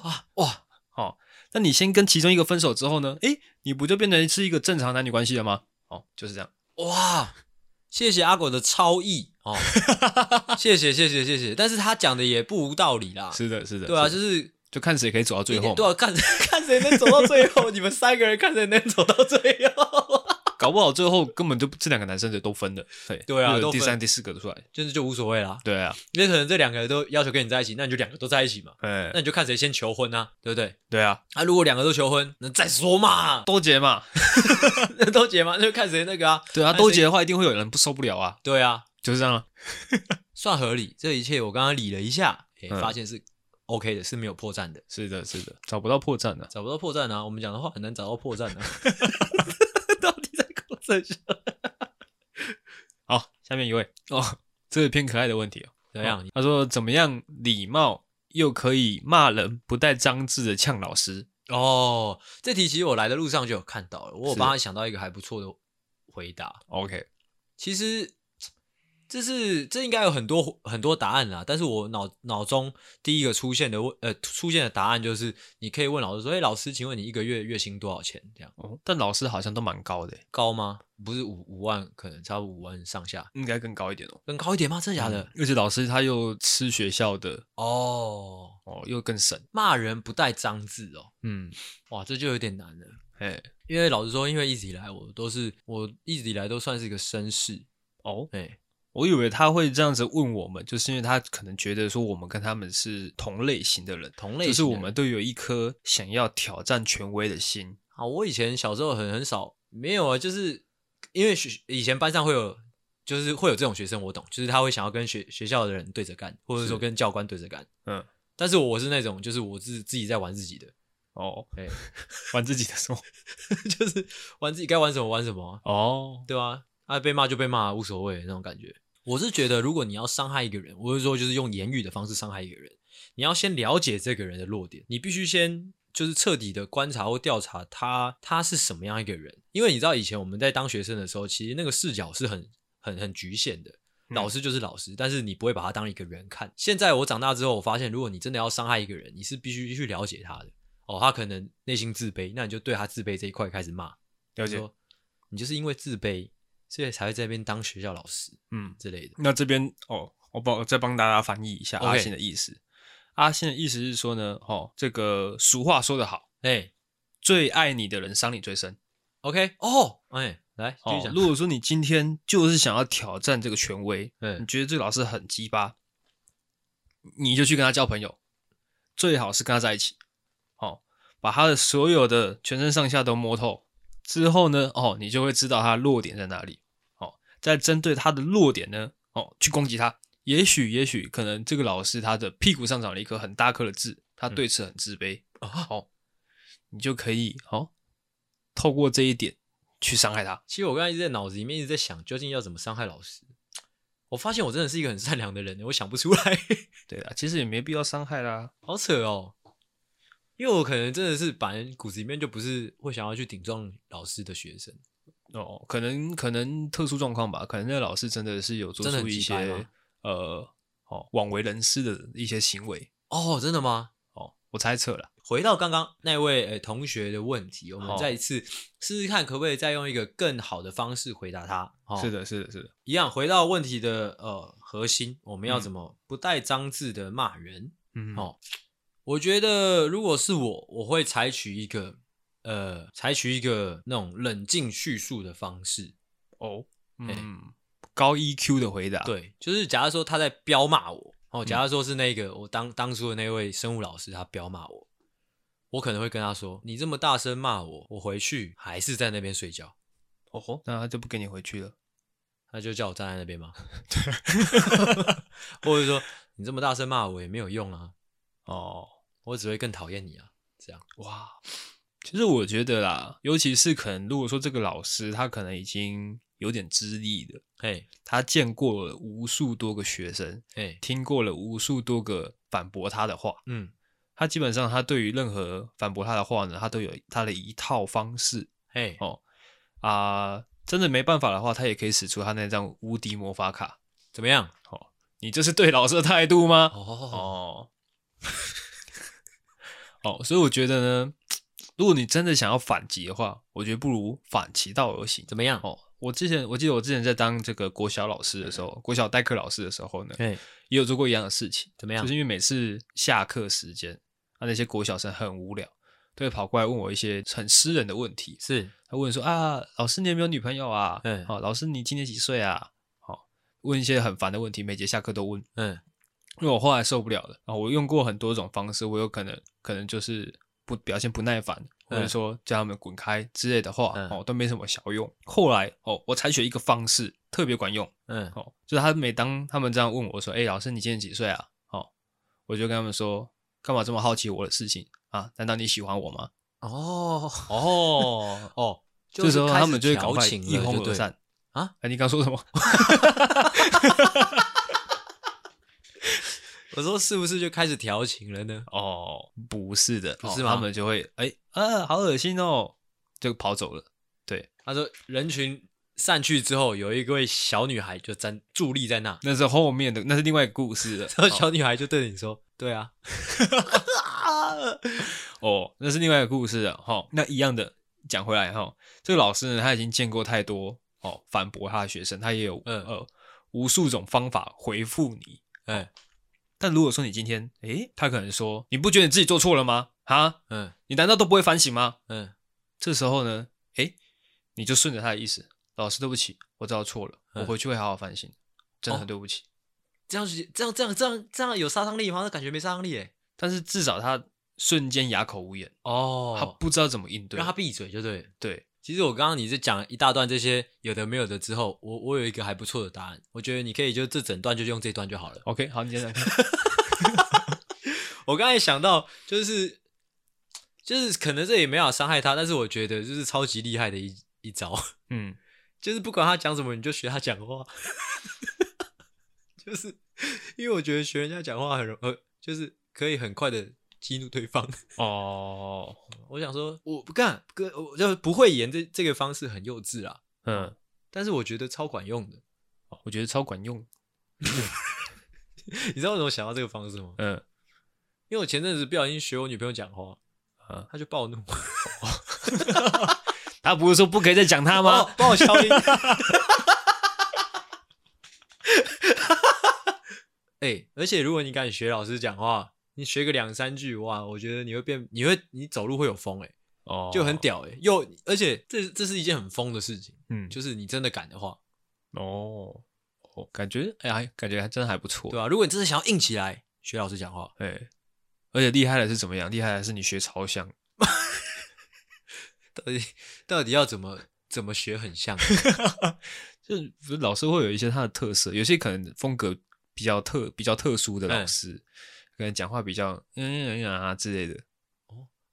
哇哇，哦，那你先跟其中一个分手之后呢，诶，你不就变成是一个正常男女关系了吗？哦，就是这样。哇，谢谢阿狗的超意哦，谢谢谢谢谢谢，但是他讲的也不无道理啦，是的，是的。对啊，是就的是就看谁可以走到最一后点嘛。对啊，看 [LAUGHS] 看谁能走到最后，你们三个人看谁能走到最后，啊搞不好最后根本就这两个男生就都分了，对对啊又有都第分三、第四个出来，就是就无所谓啦，对啊，因为可能这两个人都要求跟你在一起，那你就两个都在一起嘛，哎那，你就看谁先求婚啊，对不对？对啊，啊，如果两个都求婚，那再说嘛， [LAUGHS] 多结 [LAUGHS] 嘛，都结嘛，那就看谁那个啊，对啊，那多谁结的话一定会有人不受不了啊，对啊，就是这样啊，算合理，这一切我刚刚理了一下，诶嗯发现是 OK 的，是没有破绽的。是的，是的，找不到破绽的，找不到破绽啊！我们讲的话很难找到破绽啊。 [LAUGHS] [LAUGHS] 到底在搞这些？好，下面一位哦，这是偏可爱的问题哦，怎样哦？他说怎么样礼貌又可以骂人不带脏字的呛老师，哦，这题其实我来的路上就有看到了，我有是帮他想到一个还不错的回答。 ，OK，其实这是这应该有很多很多答案啦，但是我脑脑中第一个出现的问呃出现的答案就是，你可以问老师说：“哎、老师，请问你一个月月薪多少钱？”这样哦，但老师好像都蛮高的，高吗？不是五五万，可能差不多五万上下，应该更高一点哦，更高一点吗？真的假的？嗯，而且老师他又吃学校的哦，哦，又更省，骂人不带脏字哦，嗯，哇，这就有点难了。哎，因为老实说，因为一直以来我都是我一直以来都算是一个绅士，哦。哎、我以为他会这样子问我们，就是因为他可能觉得说我们跟他们是同类型的人，同类型就是我的们人都有一颗想要挑战权威的心。啊，我以前小时候很很少没有啊，就是因为学以前班上会有就是会有这种学生，我懂，就是他会想要跟学学校的人对着干，或者说是跟教官对着干，嗯，但是我是那种就是我自自己在玩自己的，哦， [LAUGHS] 哎、玩自己的生活。就是玩自己该玩什么玩什么啊、哦，对吧、啊？被骂就被骂，无所谓那种感觉。我是觉得，如果你要伤害一个人，我是说，就是用言语的方式伤害一个人，你要先了解这个人的弱点，你必须先就是彻底的观察或调查他他是什么样一个人。因为你知道，以前我们在当学生的时候，其实那个视角是很很很局限的。嗯老师就是老师，但是你不会把他当一个人看。现在我长大之后，我发现，如果你真的要伤害一个人，你是必须去了解他的。哦，他可能内心自卑，那你就对他自卑这一块开始骂。了就解。说你就是因为自卑，所以才会在那边当学校老师嗯，之类的。那这边哦，我帮我再帮大家翻译一下 OK 阿信的意思。阿信的意思是说呢，哦，这个俗话说得好，哎、最爱你的人伤你最深。 o k 哦，哎、来继续哦讲，。如果说你今天就是想要挑战这个权威，嗯你觉得这个老师很鸡巴，你就去跟他交朋友，最好是跟他在一起。哦，把他的所有的全身上下都摸透之后呢，哦，你就会知道他的弱点在哪里。哦，再针对他的弱点呢，哦，去攻击他。也许，也许可能这个老师他的屁股上长了一颗很大颗的痣，他对此很自卑。哦，你就可以哦，透过这一点去伤害他。其实我刚才一直在脑子里面一直在想，究竟要怎么伤害老师。我发现我真的是一个很善良的人，我想不出来，对啊，其实也没必要伤害啦。好扯哦。因为我可能真的是本来骨子里面就不是会想要去顶撞老师的学生，哦，可能可能特殊状况吧，可能那个老师真的是有做真的出很一鸡掰些吗呃，哦，枉为人师的一些行为。哦，真的吗？哦，我猜测了。回到刚刚那位呃同学的问题，我好们再一次试试看，可不可以再用一个更好的方式回答他？哦、是，的，是的，是的。一样回到问题的呃核心，我们要嗯怎么不带脏字的骂人？嗯，哦我觉得如果是我，我会采取一个呃采取一个那种冷静叙述的方式。哦，哎嗯，高 EQ 的回答。，对，就是假如说他在彪骂我，哦，嗯假如说是那个、我当当初的那位生物老师，他彪骂我，我可能会跟他说：“你这么大声骂我，我回去还是在那边睡觉。哦吼，那他就不跟你回去了。”他就叫我站在那 [LAUGHS] 边嘛。 [LAUGHS] 对，或者说你这么大声骂我也没有用啊，哦，我只会更讨厌你啊。这样，哇，其实我觉得啦，尤其是可能如果说这个老师他可能已经有点资历了，嘿，他见过了无数多个学生，嘿，听过了无数多个反驳他的话，嗯，他基本上他对于任何反驳他的话呢，他都有他的一套方式嘿，哦啊、真的没办法的话，他也可以使出他那张无敌魔法卡。怎么样？你这是对老师的态度吗？哦，哦， [LAUGHS] 哦，所以我觉得呢，如果你真的想要反击的话，我觉得不如反其道而行。怎么样？哦，我之前我记得我之前在当这个国小老师的时候，国小代课老师的时候呢，嘿，也有做过一样的事情。怎么样就是？因为每次下课时间，啊，那些国小生很无聊，都会跑过来问我一些很私人的问题。是，他问说啊，老师你有没有女朋友啊？嗯哦，老师你今年几岁啊？哦，问一些很烦的问题，每节下课都问。嗯，因为我后来受不了了，啊，我用过很多种方式，我有可能可能就是不表现不耐烦，或者嗯说叫他们滚开之类的话，嗯哦，都没什么效用。后来哦，我采取一个方式特别管用，嗯，哦，就是他每当他们这样问我说：“哎、老师，你今年几岁啊？”哦，我就跟他们说：“干嘛这么好奇我的事情啊？难道你喜欢我吗哦，哦，哦，？”这时候他们就会赶调快情一了，哄就而对。散啊！哎、你刚说什么？我说是不是就开始调情了呢？哦，不是的，不是哦吗他们就会哎、啊，好恶心哦，就跑走了。他说人群散去之后，有一位小女孩就站伫立在那，那是后面的，那是另外一个故事 [LAUGHS] 了。然后小女孩就对你说：“ [LAUGHS] 对啊，哦，那是另外一个故事了哈、那一样的，讲回来哈、这个老师呢，他已经见过太多哦反驳他的学生，他也有、嗯呃无数种方法回复你。哎，但如果说你今天，诶，他可能说，你不觉得你自己做错了吗？哈，嗯你难道都不会反省吗？嗯这时候呢，诶，你就顺着他的意思，老师，对不起，我知道错了，我嗯回去会好好反省，真的很哦对不起。这样子这样这样这样这样有杀伤力吗？那感觉没杀伤力哎。但是至少他瞬间哑口无言，他哦，不知道怎么应对，让他闭嘴就对了。对。其实我刚刚你是讲一大段这些有的没有的之后，我我有一个还不错的答案，我觉得你可以就这整段就用这段就好了。 OK，好，你先 [LAUGHS] 讲看。我刚才想到，就是就是可能这也没有伤害他，但是我觉得就是超级厉害的一一招，嗯，就是不管他讲什么，你就学他讲话， [LAUGHS] 就是因为我觉得学人家讲话很容呃，就是可以很快的激怒对方。 [LAUGHS] 哦，我想说，我不干，哥，我就不会演这这个方式很幼稚啦，嗯，哦但是我觉得超管用的。 [LAUGHS] 我觉得超管用。你知道为什么想到这个方式吗？嗯，因为我前阵子不小心学我女朋友讲话啊，她就暴 [LAUGHS] 怒。他不是说不可以再讲他吗？哦帮我消音。哎、而且如果你敢学老师讲话，你学个两三句哇，我觉得你会变，你会你走路会有风哎、哦就很，屌哎、又而且这这是一件很疯的事情，嗯，就就是你真的敢的话，哦，哦，感觉哎，还感觉还真的还不错。对啊吧、如果你真的想要硬起来，学老师讲话，哎，而且厉害的是怎么样？厉害的是你学超像，到底到底要怎么怎么学很像？ [LAUGHS] 就是不是老师会有一些他的特色，有些可能风格比较特、比较特殊的老师，可能讲话比较嗯嗯嗯啊之类的。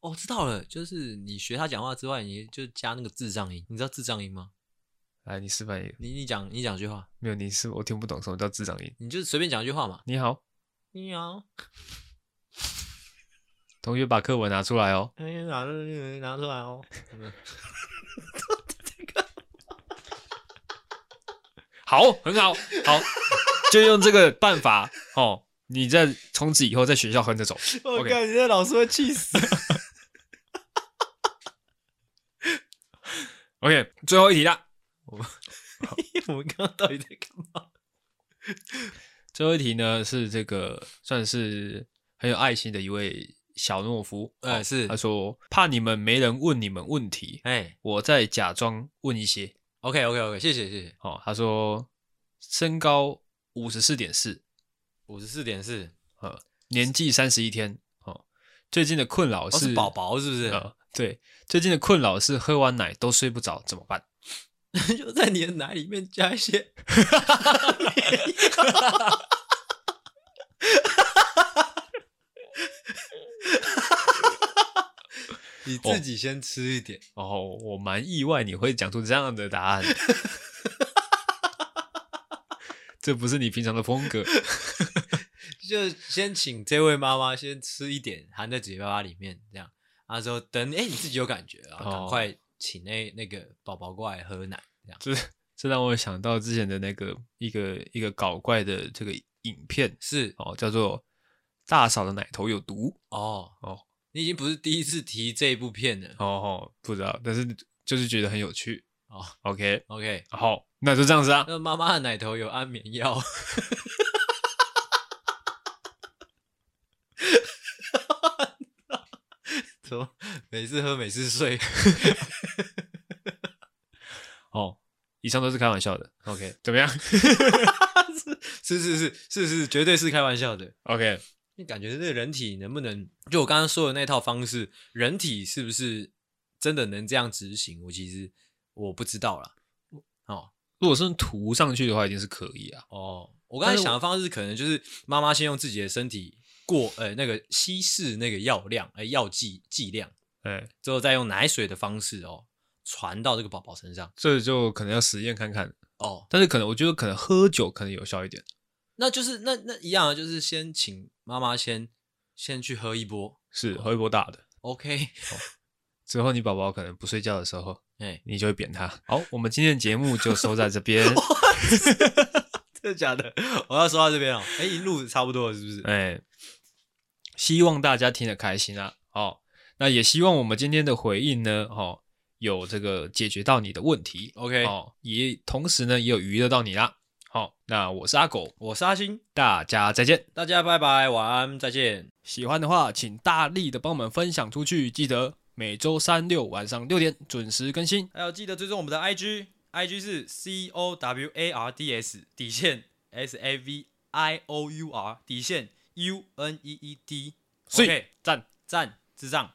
哦，知道了，就是你学他讲话之外，你就加那个智障音。你知道智障音吗？来，你示范一个，你你讲你讲句话，没有你是我听不懂什么叫智障音。你就随便讲一句话嘛。你好，你好，同学把课文拿出来哦。哎，拿拿出来 [LAUGHS] 哦。好，很好，好， [LAUGHS] 就用这个办法哦。你在从此以后在学校横着走。我 OK 感觉老师会气死。 [LAUGHS] OK，最后一题啦，我们刚刚到底在干嘛？最后一题呢是这个算是很有爱心的一位小懦夫，呃哎，是他，说怕你们没人问你们问题，哎我再假装问一些。 ，OK OK OK，谢谢谢谢。哦，他说身高五十四点四，五十四点四，呃，年纪三十一天。哦，最近的困扰哦是宝宝是不是？呃，对，最近的困扰是喝完奶都睡不着，怎么办？ [LAUGHS] 就在你的奶里面加一些 [LAUGHS] 你自己先吃一点，哦，我蛮意外你会讲出这样的答 [LAUGHS] 案，这不是你平常的风格。 [LAUGHS] 就先请这位妈妈先吃一点，含在嘴巴里面，这样。啊，之后等哎、你自己有感觉啊，赶哦快请那那个宝宝过来喝奶，这样这让我想到之前的那个一个一个搞怪的这个影片是哦，叫做《大嫂的奶头有毒哦哦你已经不是第一次提这一部片了》哦哦，不知道，但是就是觉得很有趣。哦。 OK， OK，好，那就这样子啊。那妈妈的奶头有安眠药。 [LAUGHS] 怎么每次喝每次睡？ [LAUGHS] 哦，以上都是开玩笑的。OK，怎么样 [LAUGHS] 是是是是是，绝对是开玩笑的。 ？OK，你感觉这个人体能不能就我刚刚说的那套方式，人体是不是真的能这样执行？我其实我不知道啦。哦如果是涂上去的话，一定是可以啊。哦，我刚才但是想的方式可能就是妈妈先用自己的身体过呃那个稀释那个药量，呃药剂剂量。哎，之后再用奶水的方式哦传到这个宝宝身上这就可能要实验看看。哦，但是可能我觉得可能喝酒可能有效一点。那就是那那一样啊，就是先请妈妈先先去喝一波是喝一波大的， ，OK，之后你宝宝可能不睡觉的时候，，哎你就会扁他。好，我们今天的节目就收在这 [LAUGHS] 边。真的假的？ [LAUGHS] 我要说到这边哦，哎，一路差不多了是不是？哎，希望大家听得开心啊！哦，那也希望我们今天的回应呢，哦，有这个解决到你的问题 OK 哦，也同时呢也有娱乐到你啦。好、那我是阿狗，我是阿星，大家再见。大家拜拜，晚安，再见。喜欢的话，请大力的帮我们分享出去，记得每周三六晚上六点准时更新。还有记得追踪我们的 IG，IG 是 C O W A R D S 底线 S A V I O U R 底线 U N E E D，所以 OK，赞。赞智障。